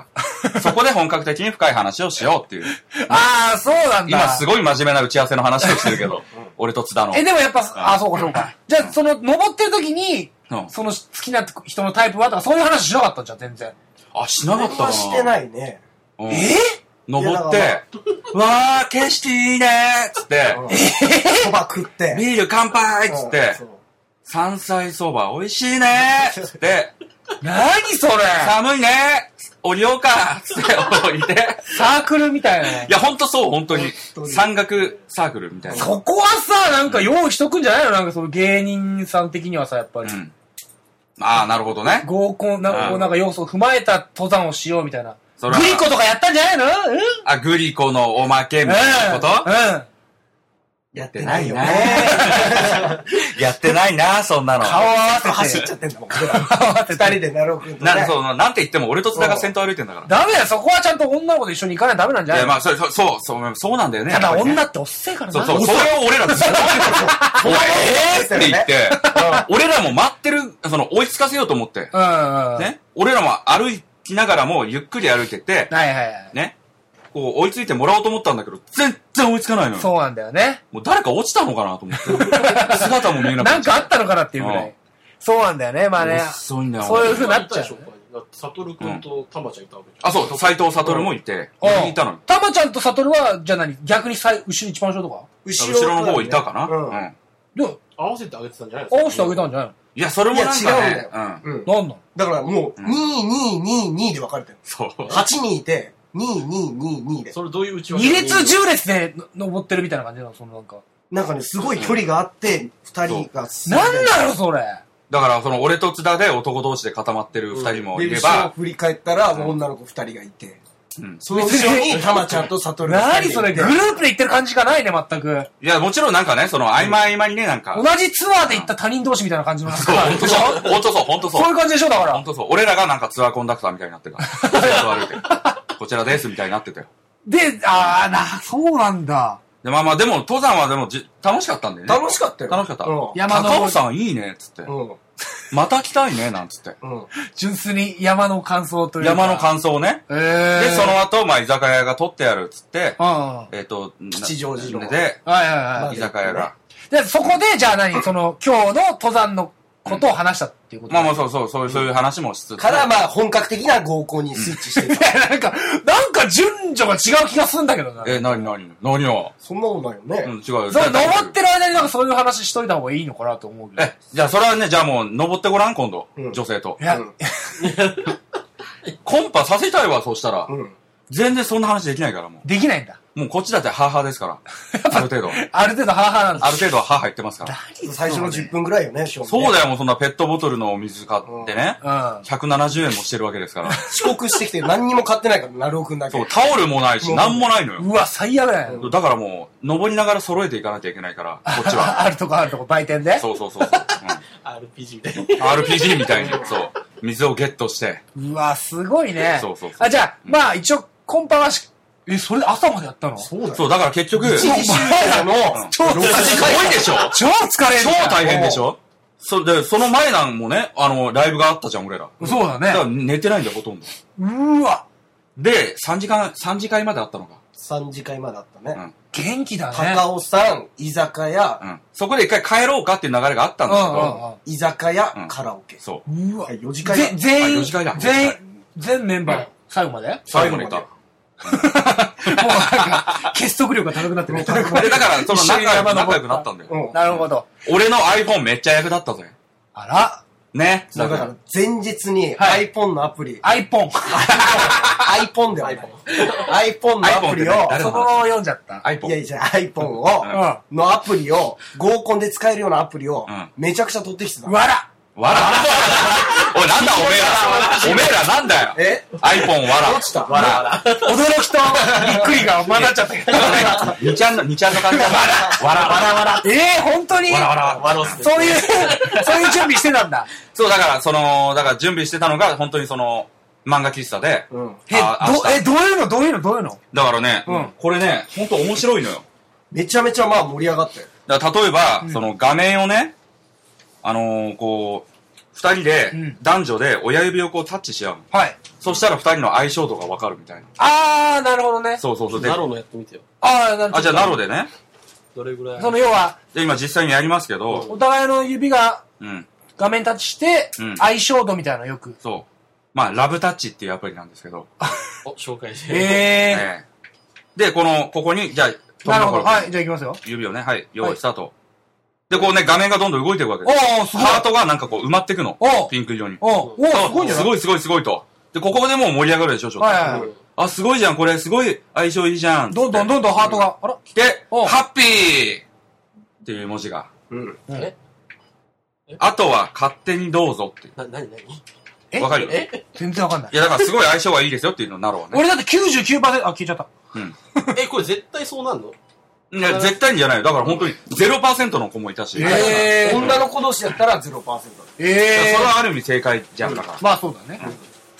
Speaker 1: ら、そこで本格的に深い話をしようっていう。
Speaker 2: ああ、そうなんだ。
Speaker 1: 今すごい真面目な打ち合わせの話をしてるけど、俺と津田の。
Speaker 2: え、でもやっぱ、ああ、そうかそうか。じゃあ、その、登ってる時に、
Speaker 1: うん
Speaker 2: その好きな人のタイプはとか、そういう話しなかったんじゃん、全然。
Speaker 1: あ、しなかったな。
Speaker 4: はしてないね。
Speaker 1: うん
Speaker 2: え
Speaker 1: 登って、わー、景色いいねーっつって、
Speaker 4: そば食 って。
Speaker 1: ビール乾杯っつっ
Speaker 4: うん
Speaker 1: て
Speaker 4: そう、
Speaker 1: 山菜そば美味しいねーっつって、
Speaker 2: 何それ
Speaker 1: 寒いねー降りようかーっつって降りて、
Speaker 2: サークルみたいなね
Speaker 1: い。や、ほんとそう、ほんとに
Speaker 4: 当。に
Speaker 1: 山岳サークルみたいな。
Speaker 2: そこはさ、なんか用意しとくんじゃないのなんかその芸人さん的にはさ、やっぱり
Speaker 1: う。ん。ああ、なるほどね。
Speaker 2: 合コン、なん
Speaker 1: う
Speaker 2: か
Speaker 1: ん
Speaker 2: なんか要素を踏まえた登山をしようみたいな。
Speaker 1: そ
Speaker 2: グ
Speaker 1: れは
Speaker 2: リコとかやったんじゃないのうん
Speaker 1: あ、グリコのおまけみたいなこと
Speaker 2: うん。うん
Speaker 4: やっ
Speaker 1: やって
Speaker 4: てな
Speaker 1: ないい
Speaker 4: よ
Speaker 1: な
Speaker 4: ね。
Speaker 1: やってないな、そんなの。
Speaker 2: 顔合わせて。
Speaker 4: 走っちゃってんだ もん。二 人でナロ君とね。
Speaker 1: なんそう、なんて言っても俺と津田が先頭歩いてんだか
Speaker 2: ダメだよ、そこはちゃんと女の子と一緒に行かないとダメなんじゃ
Speaker 1: ら。い
Speaker 2: な
Speaker 1: や、
Speaker 2: いの
Speaker 1: まあ、そう、そう、そう、そうそうなんだよね。
Speaker 2: ただ
Speaker 1: やっぱりね
Speaker 2: 女っておっせえからな。
Speaker 1: そうそう、それを俺らずっと言ってたおいえーって言って、俺らも待ってる、その、追いつかせようと思って、
Speaker 2: うんうんうん。
Speaker 1: ね、俺らも歩きながらもゆっくり歩いてて、
Speaker 2: はいはいはい。
Speaker 1: ね、こう追いついてもらおうと思ったんだけど、全然追いつかないのよ。
Speaker 2: そうなんだよね。
Speaker 1: もう誰か落ちたのかなと思って。姿も見えなく
Speaker 2: なん
Speaker 1: て。
Speaker 2: かあったのかなっていうぐら
Speaker 1: うん
Speaker 2: い。そうなんだよね、まあね。
Speaker 1: 遅いんだよ。
Speaker 2: そういう風になっちゃう
Speaker 3: 今言たでしょだってサトル君とタマちゃんいたわけじゃん。
Speaker 1: あ、そう、斎藤悟もいて、
Speaker 2: うん
Speaker 1: いたのよ。
Speaker 2: たまちゃんと悟は、じゃあ何逆にさい後ろ一番後ろとか
Speaker 4: 後
Speaker 1: 後ろの方いたかな、
Speaker 4: うん
Speaker 1: う。ん。
Speaker 2: でも、
Speaker 3: 合わせてあげてたんじゃないですか
Speaker 2: 合わせてあげたんじゃない
Speaker 1: いや、それも
Speaker 4: い
Speaker 1: なんか、ね、
Speaker 4: や、違うんだよ。
Speaker 1: うん。
Speaker 4: うん。
Speaker 2: のなんなん
Speaker 4: だからもう、2222で分かれてる。
Speaker 1: そう。
Speaker 4: 8人いて、2222で。
Speaker 3: それどういううち
Speaker 2: 二列10列での登ってるみたいな感じなのそのなんか。
Speaker 4: なんかね、すごい距離があって、二人が。
Speaker 2: なんなのそれ
Speaker 1: だから、その、俺と津田で男同士で固まってる二人も
Speaker 4: で、
Speaker 1: いれ
Speaker 4: 後ろを
Speaker 1: ば、
Speaker 4: 振り返ったら、もう女の子二人がいて。
Speaker 1: うん
Speaker 4: その後ろに、たまちゃんとサトルが
Speaker 2: 何
Speaker 4: 二人
Speaker 2: そ
Speaker 4: が
Speaker 2: れ
Speaker 4: い
Speaker 2: グ
Speaker 4: て
Speaker 2: ループで行ってる感じがないね、全く。
Speaker 1: いや、もちろんなんかね、その、合間合間にね、なんか
Speaker 2: 同、じツアーで行った他人同士みたいな感じのなんか
Speaker 1: そう、本当そう、本当そう、本当
Speaker 2: そう
Speaker 1: そ。
Speaker 2: いうう感じでしょだから。
Speaker 1: 本当そう。俺らがなんかツアーコンダクターみたいになってた。ずっと歩いてこちらです、みたいになってたよ。
Speaker 2: で、あーな、そうなんだ。
Speaker 1: で、まあまあ、でも、登山はでもじ、楽しかったんだよね。
Speaker 4: 楽しかったよ。
Speaker 1: 楽しかった。
Speaker 4: うん
Speaker 2: 山登り
Speaker 1: 高尾山いいね、つって。
Speaker 4: うん。うん
Speaker 1: また来たいね、なんつって。
Speaker 4: うん。
Speaker 2: 純粋に山の感想というか。
Speaker 1: 山の感想をね。
Speaker 2: 想。えー。
Speaker 1: で、その後、まあ、居酒屋が取ってやる、つって、
Speaker 2: うん。はい
Speaker 1: えっと、
Speaker 4: 吉祥寺の
Speaker 1: で、
Speaker 2: はいはい。
Speaker 1: 居酒屋が。
Speaker 2: で、そこで、じゃあ何その、今日の登山のことを話したっていうこと
Speaker 1: まあまあ、そうそう、そういう、そういう話もしつつ。
Speaker 4: から、まあ、本格的な合コンにスイッチ してた。
Speaker 2: なんか、なんか順序が違う気がするんだけどな。
Speaker 1: え、なになに何を
Speaker 4: そんなことないよ
Speaker 1: うん、
Speaker 4: ね。
Speaker 1: 違うよ。
Speaker 2: その登ってる間になんかそういう話しといた方がいいのかなと思うけど。
Speaker 1: え、じゃあそれはね、じゃあもう登ってごらん、今度。
Speaker 4: うん
Speaker 1: 女性と
Speaker 2: い。や、
Speaker 4: うん
Speaker 1: コンパさせたいわ、そうしたら。
Speaker 4: うん。
Speaker 1: 全然そんな話できないから、も
Speaker 2: できないんだ。
Speaker 1: う。もうこっちだって母です から。ある程度。
Speaker 2: ある程度ハーハーなんだ。
Speaker 1: ある程度は母言ってますから。
Speaker 4: 最初の10分ぐらいよね、正
Speaker 1: そうだよ、もうそんなペットボトルのお水買ってね。
Speaker 2: うん。
Speaker 1: 170円もしてるわけですから。
Speaker 4: 遅刻してきて何にも買ってないから、なるおくんだけ
Speaker 1: そう、。タオルもないし、
Speaker 4: うん
Speaker 1: なんもないのよ。
Speaker 2: うわ、最悪だよ。
Speaker 1: だからもう、登りながら揃えていかなきゃいけないから、こっちは。
Speaker 2: あるとこあるとこ、売店で。
Speaker 1: そうそうそうそう。
Speaker 3: RPG で。
Speaker 1: うん RPG みたいに、そう。水をゲットして。
Speaker 2: うわ、すごいね。
Speaker 1: そうそうそう
Speaker 2: あ、じゃあ、まあ一応、コンパはし、え、それ朝までやったの
Speaker 4: そうだよ。
Speaker 1: そう、だから結局、
Speaker 4: 一時集合の、
Speaker 2: 超疲れん
Speaker 1: すごいでしょ
Speaker 2: 超疲れん
Speaker 1: 超
Speaker 2: じゃん
Speaker 1: 大変でしょそれで、その前なんもね、あの、ライブがあったじゃん、俺ら。
Speaker 2: そうだ
Speaker 1: だから
Speaker 2: ね。
Speaker 1: 寝てないんだよ、ほとんど。
Speaker 2: うーわ、
Speaker 1: で、3時間、3時間まであったのか。
Speaker 4: 3次会まであった
Speaker 1: う
Speaker 4: ね。
Speaker 1: ん
Speaker 2: 元気だね。
Speaker 4: 高尾さん、居酒
Speaker 1: う
Speaker 4: 屋、
Speaker 1: ん。そこで一回帰ろうかっていう流れがあったんだけど、
Speaker 4: 居酒
Speaker 1: う
Speaker 4: 屋
Speaker 1: ん、
Speaker 4: カラオケ。
Speaker 1: そう。
Speaker 2: うんうんうん。うわ
Speaker 4: はい、4次会
Speaker 2: ぜ
Speaker 4: だ。
Speaker 1: あ
Speaker 2: 全
Speaker 1: 四
Speaker 2: 員
Speaker 1: 次会だ、
Speaker 2: 全
Speaker 1: 四
Speaker 2: 員
Speaker 1: 次、
Speaker 2: 全メンバー、最後までも
Speaker 1: 最後にいた。
Speaker 2: うなんか、結束力が高くなって る。
Speaker 1: で、だから、その仲
Speaker 2: 一緒に
Speaker 1: 良
Speaker 2: 山
Speaker 1: く
Speaker 2: 登
Speaker 1: 仲良くなったんだ
Speaker 4: う
Speaker 1: よ。
Speaker 4: ん。
Speaker 2: なるほど。
Speaker 1: 俺の iPhone めっちゃ役立ったぜ。
Speaker 2: あ
Speaker 1: ね。
Speaker 4: だから、前日に
Speaker 2: は
Speaker 4: iPhone のアプリ、
Speaker 2: ら、iPhone。
Speaker 4: iPhone ではない。iPhone のアプリを、
Speaker 1: iPhone ってね
Speaker 2: そこを読んじゃった。
Speaker 4: いや
Speaker 1: iPhone。
Speaker 4: いや、iPhone を、のアプリを、合コンで使えるようなアプリを
Speaker 1: うん、
Speaker 4: めちゃくちゃ取ってきてた。
Speaker 2: わら
Speaker 1: わら。おい、なんだおめえら。おめえらや、なんだよ。
Speaker 2: え
Speaker 1: iPhone わら。
Speaker 2: 落ちた。
Speaker 3: わらわら。
Speaker 2: 驚きとびっくりが混ざっちゃって。
Speaker 1: 二ちゃんの、二ちゃんの感じだ。わら、わら、わら。
Speaker 2: ええ本当に
Speaker 1: わら、わら。
Speaker 3: わろす
Speaker 2: そういう、そういう準備してたんだ。
Speaker 1: そう、だから、その、だから準備してたのが、本当にその、漫画喫茶で。
Speaker 3: うん。
Speaker 2: え、
Speaker 1: あ明
Speaker 2: ど、
Speaker 1: 日
Speaker 2: え、どういうのどういうのどういうの
Speaker 1: だからね、
Speaker 2: うん
Speaker 1: これね、本当面白いのよ。
Speaker 4: めちゃめちゃまあ盛り上がったよ。
Speaker 1: だから例えば、その画面をね、あのーこう、二人で、
Speaker 2: うん
Speaker 1: 男女で親指をこうタッチし合うの。
Speaker 2: はい。
Speaker 1: そしたら二人の相性とかわかるみたいな。
Speaker 2: あー、なるほどね。
Speaker 1: そうそうそう。で
Speaker 3: ナロのやってみてよ。
Speaker 2: あー、なるほど。
Speaker 1: あ、じゃあ、ナロでね。
Speaker 3: どれぐらい
Speaker 2: その要は、
Speaker 1: で、今実際にやりますけど、
Speaker 2: お互いの指が
Speaker 1: うん。
Speaker 2: 画面タッチして
Speaker 1: うん、
Speaker 2: 相性度みたいなのよく。
Speaker 1: そう。まあ、ラブタッチっていうアプリなんですけど。
Speaker 3: お、紹介して。
Speaker 2: え
Speaker 1: ええで、この、ここに、じゃあ、
Speaker 2: ー。なるほど。は
Speaker 1: はい
Speaker 2: い、じゃあ行きますよ。
Speaker 1: 指をね、はい、用意、スタート。で、こうね、画面がどんどん動いていくわけ
Speaker 2: お
Speaker 1: です。
Speaker 2: ー、すごい。
Speaker 1: ハートがなんかこう埋まっていくの
Speaker 2: お。
Speaker 1: ピンク色に。
Speaker 2: おー、おー
Speaker 1: そう
Speaker 2: すごいじゃん。
Speaker 1: すごいすごいすごいと。で、ここでもう盛り上がるでしょ、ちょっと。
Speaker 2: はいはい
Speaker 3: うん
Speaker 1: あ、すごいじゃん、これ、すごい相性いいじゃん。
Speaker 2: どんどんどんどんハートが、あら、
Speaker 1: 来て、
Speaker 2: お
Speaker 1: ハッピーっていう文字が。
Speaker 4: うん。
Speaker 3: え
Speaker 1: あとは勝手にどうぞってい
Speaker 3: な、なになに
Speaker 2: え
Speaker 1: う。わかる
Speaker 3: え
Speaker 2: 全然わかんない
Speaker 1: い。や、だからすごい相性がいいですよっていうのなろうね。
Speaker 2: 俺だって99%、あ、消えちゃった。
Speaker 1: うん。
Speaker 3: え、これ絶対そうなんの
Speaker 1: いや、絶対にじゃないよ。だから本当に0%の子もいたし。だから
Speaker 2: えー
Speaker 4: 女の子同士だったら
Speaker 2: え
Speaker 4: 0%。
Speaker 1: それ
Speaker 2: ー。
Speaker 1: はある意味正解じゃんだから。
Speaker 2: まあそうだね。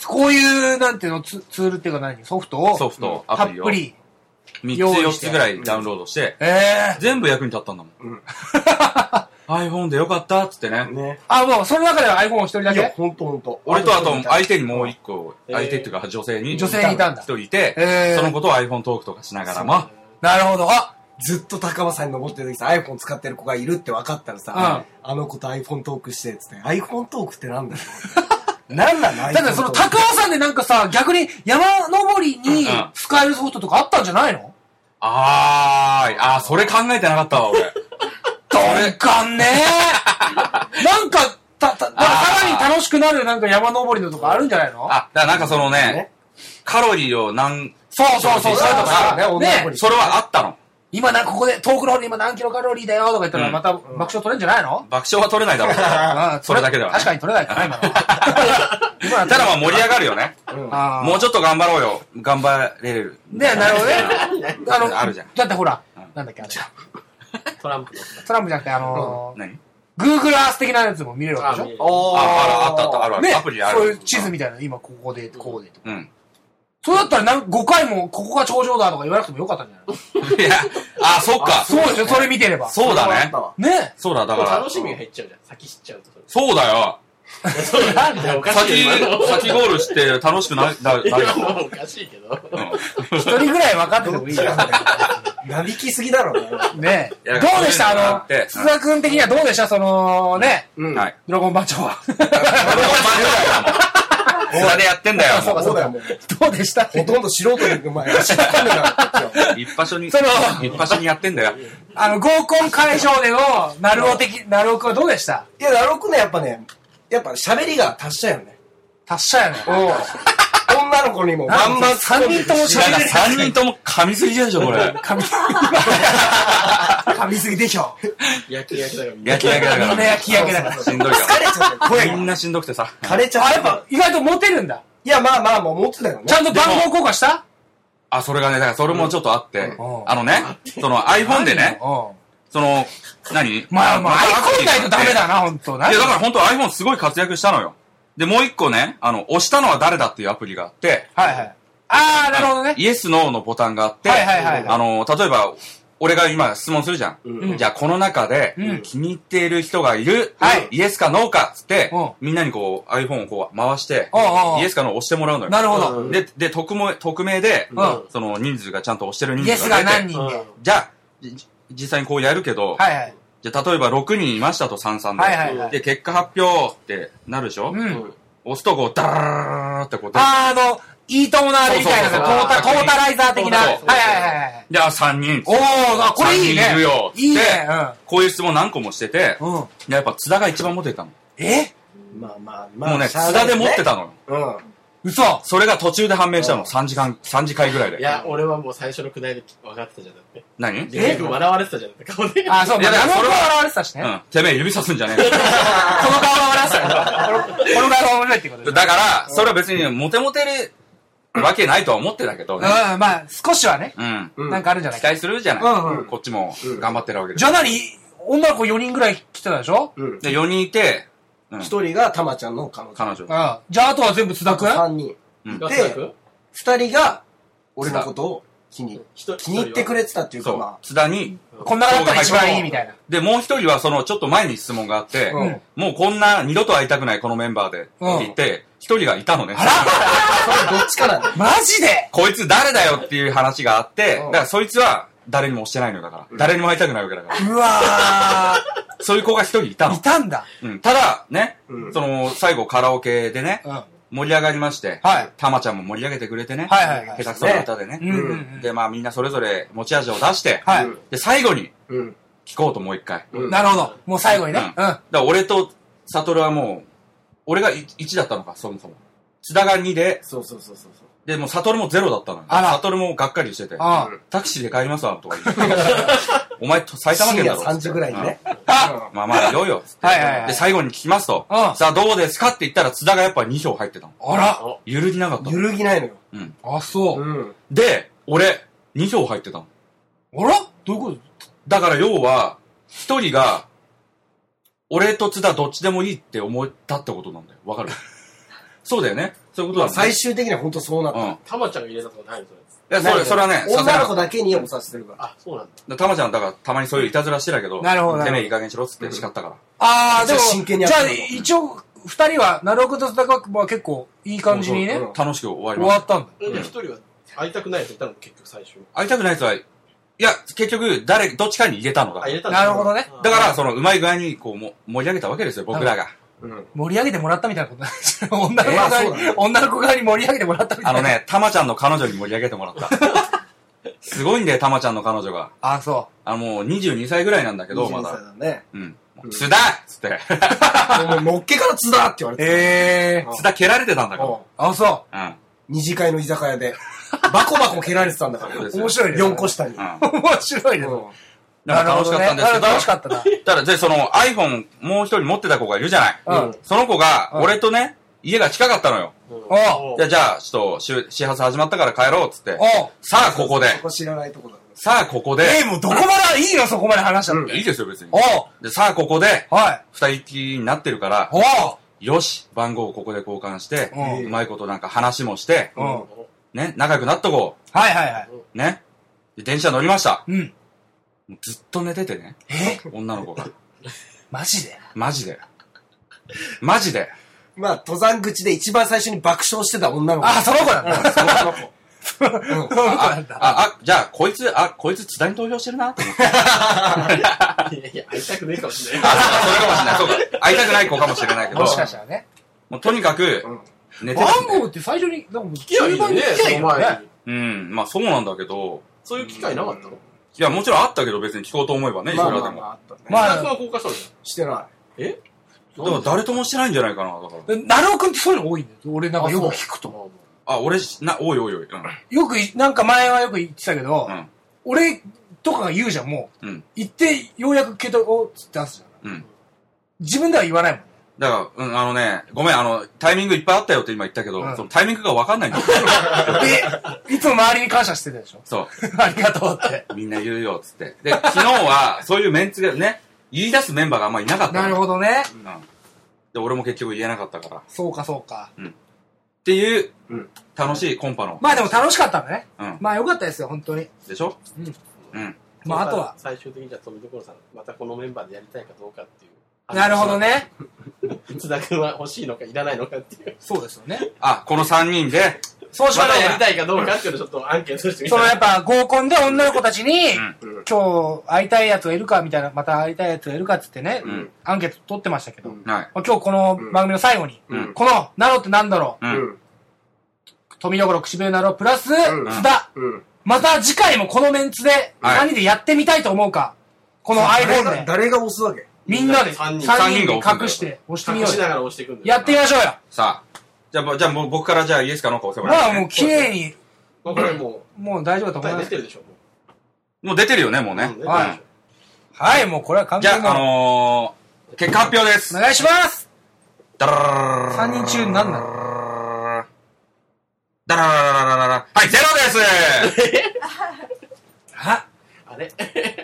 Speaker 2: こういう、なんていうの、ツツールっていうか何ソフトを、
Speaker 1: ソフト、
Speaker 2: た
Speaker 1: ア
Speaker 2: っ
Speaker 1: プリを
Speaker 2: ぷり。
Speaker 1: 3
Speaker 2: 用意し
Speaker 1: つ
Speaker 2: て
Speaker 1: 4つぐらいダウンロードして、
Speaker 2: ええー。
Speaker 1: 全部役に立ったんだもん。
Speaker 4: うん
Speaker 1: iPhone でよかったっつってね。
Speaker 4: ね。
Speaker 2: あ、もう、その中では iPhone 一人だ
Speaker 4: いや、
Speaker 2: け
Speaker 4: ほんとほんと。
Speaker 1: 俺とあと
Speaker 4: い
Speaker 1: 相手にもう一個、
Speaker 3: えー
Speaker 1: 相手っていうか女性に、
Speaker 2: 女性にいたんだ
Speaker 1: 一人いて、
Speaker 2: えー
Speaker 1: そのことを iPhone トークとかしながらも、
Speaker 2: なるほど。あ、
Speaker 4: ずっと高松さんに登ってる時さ、iPhone 使ってる子がいるって分かったらさ、あの子と iPhone トークして、つって、iPhone トークってな んだよ。なんなの iPhone
Speaker 2: だってその
Speaker 4: トーク
Speaker 2: 高尾山でなんかさ、逆に山登りに
Speaker 1: うんうん
Speaker 2: 使えるソフトとかあったんじゃないの
Speaker 1: あー、あー、それ考えてなかった わ、俺。
Speaker 2: どれか ねなんか、た、た、なんかさらに楽しくなるなんか山登りのとかあるんじゃないの
Speaker 1: あ、だからなんかそのね
Speaker 4: ね、
Speaker 1: カロリーを何、
Speaker 2: そうそうそう、それとか
Speaker 4: そうだね。女の子
Speaker 2: ね
Speaker 4: に
Speaker 1: それはあったの。
Speaker 2: 今なんかここで、遠くの方に今何キロカロリーだよとか言った
Speaker 1: う
Speaker 2: ら
Speaker 1: ん
Speaker 2: また爆笑取れんじゃないの
Speaker 1: 爆笑は取れないだろうけど
Speaker 2: ああ
Speaker 1: それだけではね
Speaker 2: 確かに取れない から、今の。今
Speaker 1: ただまあ盛り上がるよね。
Speaker 2: ああ
Speaker 1: もうちょっと頑張ろうよ。頑張れる。
Speaker 2: ねなるほどね。あの、
Speaker 1: あるじゃん
Speaker 2: だってほら
Speaker 1: うん、
Speaker 2: なんだっけ、あれ。
Speaker 3: トランプの。
Speaker 2: トランプじゃなくて、あのー、
Speaker 1: 何
Speaker 2: Google Earth 的なやつも見れるわけでしょ
Speaker 3: あ
Speaker 1: あ、ある、あったあった、あるある。
Speaker 2: ね
Speaker 1: アプリである。
Speaker 2: そういう地図みたいな、今ここで、こうでとか。
Speaker 1: うん。
Speaker 2: そうだったらなん5回もここが頂上だとか言わなくてもよかったんじゃないの
Speaker 1: いや、あ、そっか。
Speaker 2: そうですよ、それ見てれば。
Speaker 1: そうだね。
Speaker 2: ね
Speaker 1: そうだ、だから。
Speaker 3: 楽しみが入っちゃうじゃん。先知っちゃうと。
Speaker 1: そうだよ。
Speaker 3: それなんだよ、おかし
Speaker 1: 先、
Speaker 3: いよ。
Speaker 1: 先ゴールして楽しくない、だ、だ
Speaker 3: 今
Speaker 1: よ
Speaker 3: の。今のおかしいけど。
Speaker 1: うん
Speaker 2: 一人ぐらい分かっててもいいよ。
Speaker 4: なびきすぎだろ、ね。
Speaker 2: ね
Speaker 1: い
Speaker 2: ど
Speaker 1: や
Speaker 2: うでした
Speaker 1: こういうのがあ
Speaker 2: あの
Speaker 1: って、
Speaker 2: 筒田君的にはどうでしたその、ね、
Speaker 4: う ん。
Speaker 1: はい。
Speaker 2: ドラゴン番長は。
Speaker 1: 俺もお前だよ。裏でやってんだよ、も。
Speaker 4: そううだよ、もう。
Speaker 2: どうでした
Speaker 4: ほとんど素人に行く前、知ったんだから、こっちは
Speaker 1: 一箇所に、
Speaker 2: その
Speaker 1: 一箇所にやってんだよ。
Speaker 2: あの、合コン会場での、ナルオ的、ナルオ君はどうでした
Speaker 4: いや、ナロクね、やっぱね、やっぱ喋りが達者よね。
Speaker 2: 達者やね。
Speaker 4: うん。女の子にも
Speaker 2: な
Speaker 4: バ
Speaker 2: ん
Speaker 4: ン
Speaker 2: か
Speaker 4: バン
Speaker 2: 3人とも喋
Speaker 1: だから
Speaker 2: れる。
Speaker 1: 3人とも噛みすぎでしょ、これ。
Speaker 2: 噛み、噛みすぎでしょ。
Speaker 3: 焼き焼きだよ、みんな。
Speaker 1: 焼き上げだ
Speaker 2: み
Speaker 1: か
Speaker 2: んな
Speaker 1: ら。
Speaker 2: 焼き焼けだから。
Speaker 1: しんどいよ。
Speaker 4: 疲れちゃって、声
Speaker 1: みんなしんどくてさ。
Speaker 4: 枯れちゃっ
Speaker 2: あ、
Speaker 4: て。
Speaker 2: やっぱ、意外とモテるんだ。
Speaker 4: いや、まあまあ、もう持ってたよね
Speaker 2: ち。ゃんと番号交換した
Speaker 1: あ、それがね、だからそれもちょっとあって
Speaker 2: う、ん
Speaker 1: あのね、その iPhone でね、
Speaker 2: うん。
Speaker 1: その、何
Speaker 2: まあまあ、アイコンないとダメだな、ほんと。ない
Speaker 1: や、だから本当 iPhone すごい活躍したのよ。で、もう一個ね、あの、押したのは誰だっていうアプリがあって、
Speaker 2: はいはい。あー、なるほどね。
Speaker 1: イエス、ノーのボタンがあって、
Speaker 2: はいはいはいはい
Speaker 1: あの、例えば、俺が今質問するじゃん。
Speaker 3: うん
Speaker 1: じゃあ、この中で
Speaker 2: うん、
Speaker 1: 気に入っている人がいる、
Speaker 2: はい
Speaker 1: イエスかノーかっつって
Speaker 2: うん、
Speaker 1: みんなにこう、iPhone をこう回して
Speaker 2: おうおうおう、
Speaker 1: イエスかノーを押してもらうのよ。
Speaker 2: なるほど。
Speaker 3: うん
Speaker 1: で、で、匿名、匿名で、
Speaker 2: うん
Speaker 1: その人数がちゃんと押してる人
Speaker 2: イエ
Speaker 1: 数
Speaker 2: ス
Speaker 1: が
Speaker 2: が
Speaker 1: 出て、
Speaker 2: 何人
Speaker 3: うん
Speaker 2: で。
Speaker 1: じゃあ、じ実際にこうやるけど、
Speaker 2: はいはい。
Speaker 1: じゃあ例えば6人いましたと33で、
Speaker 2: はいはいはい。
Speaker 1: で、結果発表ってなるでしょ、
Speaker 2: う。
Speaker 3: うんん。
Speaker 1: 押すとこう、ダラララララってこう出る
Speaker 2: あー、あの、いいとものあれみたいなさ、
Speaker 1: そう
Speaker 2: ト
Speaker 1: そうそ
Speaker 2: ー
Speaker 1: う
Speaker 2: タ、トータライザー的な。は
Speaker 1: そ
Speaker 2: いうはい
Speaker 1: そう
Speaker 2: はいはい。
Speaker 1: じゃあ3人。
Speaker 2: おー、あこれいい
Speaker 1: 三人いる
Speaker 2: ね
Speaker 1: よ。
Speaker 2: いいね。
Speaker 1: こういう質問何個もしてて、
Speaker 2: うん。うん。
Speaker 1: やっぱ津田が一番モテたの。
Speaker 2: え
Speaker 4: まあまあ、まあ。
Speaker 1: もうね、
Speaker 4: しゃあ
Speaker 1: 津
Speaker 4: な
Speaker 1: 田
Speaker 4: い
Speaker 1: で持ってたのよ。
Speaker 4: うん。
Speaker 2: 嘘
Speaker 1: それが途中で判明したの。3時間、三次会ぐらい
Speaker 3: い
Speaker 1: で。
Speaker 3: や、俺はもう最初のくだりで分かってたじゃん、だって。
Speaker 1: 何うん。
Speaker 3: 結局笑われてたじゃん、だって顔で。
Speaker 2: あ、そう、
Speaker 1: い
Speaker 2: ま
Speaker 1: や
Speaker 2: あ
Speaker 1: だ
Speaker 2: あ
Speaker 1: から
Speaker 2: の
Speaker 1: そ
Speaker 2: 子
Speaker 1: れは
Speaker 2: は笑われてたしね。こ
Speaker 1: てめえ指さすんじゃねえよ。
Speaker 2: の顔は笑われてたよ。このこの顔は面白いってことで
Speaker 1: だから、それは別にモテモテるわけないとは思ってたけどね。
Speaker 2: うん、まあ、少しはね、
Speaker 1: うん。
Speaker 4: うん
Speaker 2: なんかあるんじゃない
Speaker 1: 期待するじ
Speaker 2: う
Speaker 1: ゃ
Speaker 2: んう
Speaker 1: なんいこっちも頑張ってるわけで
Speaker 2: じ。ゃあ何女の子4人ぐらい来てたでしょ
Speaker 4: うん。
Speaker 1: で、4人いて、うん
Speaker 4: 一人がたまちゃんの彼女。
Speaker 1: 彼
Speaker 2: うん。
Speaker 1: 女
Speaker 2: じ。ゃあ、あとは全部津田くん
Speaker 4: 三人。
Speaker 1: うん
Speaker 3: ガスなく
Speaker 4: 二人が、俺のことを気に、
Speaker 3: 人
Speaker 4: 気に入ってくれてたっていう
Speaker 1: そ
Speaker 4: か、
Speaker 1: う
Speaker 4: ま。
Speaker 1: 津田に、
Speaker 2: こんなだったら一番いいみたいな。
Speaker 1: で、もう一人はその、ちょっと前に質問があって、
Speaker 4: うん
Speaker 1: もうこんな二度と会いたくないこのメンバーで、って言って、一人がいたのね。
Speaker 4: あ、それどっちかなん だよ。
Speaker 2: マジで
Speaker 1: こいつ誰だよっていう話があって、
Speaker 4: うん
Speaker 1: だからそいつは誰にも押してないのよだから。誰にも会いたくないわけだから。
Speaker 2: うわ
Speaker 1: そういう子が一人いた
Speaker 2: ー。
Speaker 1: の
Speaker 2: い。たんだ。
Speaker 1: うん。ただ、ね、
Speaker 4: うん
Speaker 1: その、最後カラオケでね、
Speaker 2: うん。は
Speaker 1: 盛り上がりまして、
Speaker 2: はい
Speaker 1: たまちゃんも盛り上げてくれてね、
Speaker 2: いはいは
Speaker 1: 下手
Speaker 2: い。
Speaker 1: くそな歌でね
Speaker 2: うんうんうん。
Speaker 1: で、まあみんなそれぞれ持ち味を出して、
Speaker 2: はい。
Speaker 1: で、最後に
Speaker 4: うん。
Speaker 1: 聞こうともう一回。
Speaker 4: うん。
Speaker 2: なるほど。もう最後にね。
Speaker 1: う
Speaker 2: うんん。
Speaker 1: だから俺と悟はもう、俺が1だったのか、そもそも。津田が2で、
Speaker 4: そうそうそうそうそう。
Speaker 1: で、もう悟もゼロだったのよ。
Speaker 2: あら
Speaker 1: 悟もがっかりしてて。
Speaker 2: あ
Speaker 4: うん
Speaker 1: タクシーで帰りますわ、とか言って。 お前、埼玉
Speaker 4: 深
Speaker 1: 県だろ。
Speaker 4: 夜3時ぐらいにね。
Speaker 2: あ
Speaker 1: うん。まあまあ、いよいよ。つって
Speaker 2: はいはいはい
Speaker 1: で、最後に聞きますと。
Speaker 2: うん
Speaker 1: さあ、どうですかって言ったら、津田がやっぱ2票入ってたの。
Speaker 2: あら。
Speaker 1: 揺るぎなかった
Speaker 4: 揺
Speaker 1: の。
Speaker 4: るぎないのよ。
Speaker 2: あ、そうう。
Speaker 4: ん。
Speaker 1: で、俺、2票入ってたの。
Speaker 2: あらどういうこと
Speaker 1: だから要は、一人が、俺と津田どっちでもいいって思ったってことなんだよ。わかるそうだよね。そういうことだね。
Speaker 4: 最終的には本当そうなっ
Speaker 1: うん。い
Speaker 4: た。
Speaker 3: たまちゃんが入れたとかないのそれ。
Speaker 1: や、それ、それはね、
Speaker 4: 女の子
Speaker 1: さ
Speaker 4: だけにお察しするから。
Speaker 3: あ、そうなんだ。
Speaker 1: すがにたまちゃん、だから、たまにそういういたずらしてたけど、
Speaker 2: なるほどなるほど
Speaker 1: てめえいい加減しろっつって叱ったから。
Speaker 2: ああ、でも、
Speaker 4: じゃあ真剣に
Speaker 2: じ
Speaker 4: や
Speaker 2: ゃ
Speaker 4: って
Speaker 2: あ
Speaker 4: るの
Speaker 2: 一応、二人は、なるほど、だかは結構、いい感じにね、
Speaker 4: うん
Speaker 1: 楽しく終わ
Speaker 2: 終
Speaker 1: りま
Speaker 2: わ
Speaker 1: し。
Speaker 2: ったたんだ。
Speaker 3: えじゃあ一人は会いたくないって言ったの結局最初。
Speaker 1: 会いたくない奴は、いや、結局、誰、どっちかに入れたのが
Speaker 3: あ、。入れたん
Speaker 2: なるほどね
Speaker 1: だから、、その、うまい具合に、こう、も盛り上げたわけですよ、僕らが。
Speaker 4: うん。
Speaker 2: 盛り上げてもらったみたいなことなんですよ 女の子
Speaker 4: えー
Speaker 2: 側
Speaker 4: そ
Speaker 2: に
Speaker 4: うな、
Speaker 2: 女の子側に盛り上げてもらったみた
Speaker 1: あ
Speaker 2: いな。
Speaker 1: の。ね、たまちゃんの彼女に盛り上げてもらった。すごいんだよ、たまちゃんの彼女が。
Speaker 2: あ、そ
Speaker 1: あ、もう22歳ぐらいなんだけど、ま
Speaker 4: 22
Speaker 1: だ
Speaker 4: 歳。だね。
Speaker 1: うん。津田っつって。
Speaker 4: もうのっけから津田って言わ
Speaker 2: う。
Speaker 4: れて
Speaker 2: ええー。
Speaker 1: 津田蹴られてたんだ
Speaker 4: た。うん
Speaker 1: か
Speaker 2: あ、そ
Speaker 1: ら。うん。
Speaker 4: 二次会の居酒屋で、バコバコ蹴られてたんだか
Speaker 1: そう
Speaker 4: ら
Speaker 1: で。す
Speaker 2: う。
Speaker 1: よ
Speaker 2: 面白いね。
Speaker 4: 4個下に。
Speaker 1: うん。
Speaker 2: 面白いね。
Speaker 4: うん
Speaker 1: でも楽しかったん
Speaker 2: なるほど
Speaker 1: ですけ
Speaker 2: ね
Speaker 1: ど。
Speaker 2: 楽しかったな。
Speaker 1: ただ、で、その iPhone もう一人持ってた子がいるじゃない。
Speaker 2: うん。
Speaker 1: その子が、
Speaker 2: うん
Speaker 1: 俺とね、家が近かったのよ。
Speaker 3: うん
Speaker 2: お
Speaker 1: じゃあ、じゃあ、ちょっと、し始発始まったから帰ろうっつって。
Speaker 2: おう
Speaker 1: さあ、ここで。
Speaker 4: そこ知らないとこだけ
Speaker 1: さあ、ここで。
Speaker 2: えー、もうどこまで、いいよ、そこまで話しちゃっ
Speaker 1: いい
Speaker 2: て。
Speaker 1: ですよ、別に
Speaker 2: お。う
Speaker 1: で、さあ、ここで、
Speaker 2: はい。
Speaker 1: 二人きりになってるから、
Speaker 2: おう
Speaker 1: よし、番号をここで交換して、
Speaker 2: うん
Speaker 1: うまいことなんか話もして、
Speaker 2: うん。はい
Speaker 1: ね、仲良くなっとこ
Speaker 2: はいはい。
Speaker 1: う。ね。で、電車乗りました。
Speaker 2: うん。
Speaker 1: もうずっと寝ててね、
Speaker 2: え
Speaker 1: 女の子が。
Speaker 2: マジで
Speaker 1: マジで。マジで。
Speaker 4: ど。まあ、登山口で一番最初に爆笑してた女の子。
Speaker 2: あ、その子なんだ。
Speaker 4: その子。
Speaker 2: その子な
Speaker 1: あ
Speaker 2: ん、だ。
Speaker 1: あ、あ、じゃあ、こいつ、あ、こいつ津田に投票してるなと思って。
Speaker 3: いやいや、会いたくねえかもしれない。
Speaker 1: あ、そうかそれかもしれない。そうか。会いたくない子かもしれないけど。
Speaker 2: もしかしたらね。
Speaker 1: もうとにかく、寝て
Speaker 2: 番
Speaker 1: た
Speaker 2: 号って最初に、なんかもう、聞
Speaker 3: いやいや
Speaker 2: 聞
Speaker 3: ね、
Speaker 2: きゃい
Speaker 3: そ
Speaker 2: い
Speaker 3: の
Speaker 2: よね
Speaker 3: 前に。
Speaker 1: うん、まあそうなんだけど、
Speaker 3: そういう機会なかったの
Speaker 1: いや、もちろんあったけど別に聞こうと思えばね、いく
Speaker 4: まあ
Speaker 1: ら
Speaker 4: ま
Speaker 1: で
Speaker 4: あま
Speaker 1: も。
Speaker 4: あ、あったね。
Speaker 2: まあ
Speaker 3: スタッフは交換したのじ
Speaker 4: してない。
Speaker 1: でも誰ともしてないんじゃないかな、だから。
Speaker 2: なるおくんってそういうの多いんだよ。俺なん
Speaker 3: ゃん。
Speaker 2: かよく聞
Speaker 3: 聞くと。
Speaker 1: あ、俺、な、おいおいおい。う
Speaker 2: よくい、なんか前はよく言ってたけど、
Speaker 1: ん。
Speaker 2: 俺とかが言うじゃん、もう。
Speaker 1: うん。
Speaker 2: 言って、ようやく携帯をつって出すじゃん。
Speaker 1: うん。
Speaker 2: 自分では言わないもん。
Speaker 1: だから、うん、あのね、ごめん、あの、タイミングいっぱいあったよって今言ったけど、
Speaker 2: うん
Speaker 1: そのタイミングがわかんないんだよ。
Speaker 2: え、いつも周りに感謝してたでしょ
Speaker 1: そ
Speaker 2: ありがとうって。
Speaker 1: う。みんな言うよ、つって。で、昨日は、そういうメンツがね、言い出すメンバーがあんまいなかったの。
Speaker 2: なるほどね。
Speaker 1: うん。で、俺も結局言えなかったから。っ
Speaker 2: そうか、そうか。
Speaker 1: ていう
Speaker 4: うん、
Speaker 1: 楽しいコンパの。
Speaker 2: まあでも楽しかったんだね。
Speaker 1: うん。
Speaker 2: まあよかったですよ、本当に。
Speaker 1: でしょ
Speaker 2: うん。
Speaker 1: うん。
Speaker 2: まああとは。
Speaker 3: 最終的にじゃあ、富所さん、またこのメンバーでやりたいかどうかっていう。
Speaker 2: なるほど。ね。
Speaker 3: 津田君は欲しいのか、いらないのかって いう。
Speaker 2: そうですよね。
Speaker 1: あ、この3人で、
Speaker 2: そうしま
Speaker 3: ま
Speaker 2: しょ
Speaker 3: だやり
Speaker 2: うか。
Speaker 3: たいかどうかっていうのをちょっとアンケートしてみ
Speaker 2: そのや
Speaker 3: た
Speaker 2: っぱ合コンで女の子たちに、
Speaker 1: うん
Speaker 2: 今日会いたいやつがいるかみたいな、また会いたいやつがいるかっつってね、
Speaker 1: ん
Speaker 2: アンケート取ってましたけど、
Speaker 4: うん
Speaker 1: はい。
Speaker 2: まあ今日この番組の最後に、
Speaker 1: うん
Speaker 2: この、ナロってなんだろ
Speaker 1: う。
Speaker 4: うんん。
Speaker 2: う、富所口笛ナロプラス、
Speaker 4: ん
Speaker 2: 津田、
Speaker 4: うん。
Speaker 2: また次回もこのメンツで、
Speaker 1: はい
Speaker 2: 何でやってみたいと思うか、この iPhone で、
Speaker 4: 誰が押すわけ
Speaker 2: みんなで、
Speaker 3: 三人
Speaker 2: 3人で
Speaker 1: 三人が
Speaker 2: 隠して、押してみ
Speaker 3: 隠
Speaker 2: よう
Speaker 3: しな
Speaker 2: よ。
Speaker 3: がら押していくんだよ
Speaker 2: やってみましょうよ。
Speaker 1: さあ、じゃあ、まあじゃあもう僕からじゃあイエスかノーか押せばいい、
Speaker 2: まあもう綺麗に、
Speaker 3: これも
Speaker 2: もう大丈夫だ
Speaker 3: う、
Speaker 2: と思い
Speaker 3: 答え
Speaker 2: ま
Speaker 3: 出
Speaker 2: す
Speaker 3: て。るでしょ、も
Speaker 1: もう出てるよね、もう
Speaker 3: う。
Speaker 1: ね
Speaker 3: うん。出てるでしょ
Speaker 2: はいはい、もうこれは完
Speaker 1: じゃ
Speaker 2: 全
Speaker 1: あ、あ
Speaker 2: な。
Speaker 1: のー、結果発表です
Speaker 2: お。願いします
Speaker 1: ダラララララ
Speaker 2: !3 人中何なの
Speaker 1: ダラララララララはい、ゼロです
Speaker 2: は
Speaker 3: あれ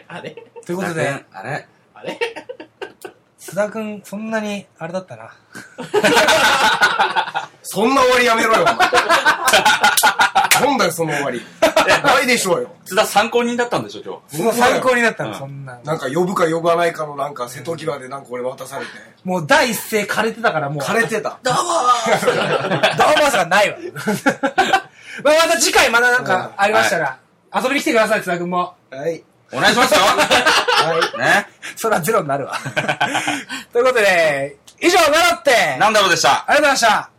Speaker 3: あれ
Speaker 2: ということで、、
Speaker 1: あれ
Speaker 3: あれ
Speaker 2: 須田くん、そんなに、あれだったな。
Speaker 4: そんな終わりやめろよ、お前なんだよ、その終わり。ないでしょうよ。
Speaker 1: 津田参考人だったんでしょ、今日。
Speaker 2: もう参考になったの、
Speaker 1: うん
Speaker 2: そんな。
Speaker 4: なんか呼ぶか呼ばないかのなんか瀬戸際でなんか俺渡されて。
Speaker 2: もう第一声枯れてたから、もう。
Speaker 4: 枯れてた。
Speaker 2: どうもーどうもーさん ないわ。まあまた次回まだなんかありましたら、遊びに来てください、津田くんも。
Speaker 4: はい。
Speaker 1: お願いします よ
Speaker 4: は
Speaker 1: ね。
Speaker 2: それは ゼロになるわ。ということで、以上、習って、
Speaker 1: なんだろうでした。
Speaker 2: ありがとうございました。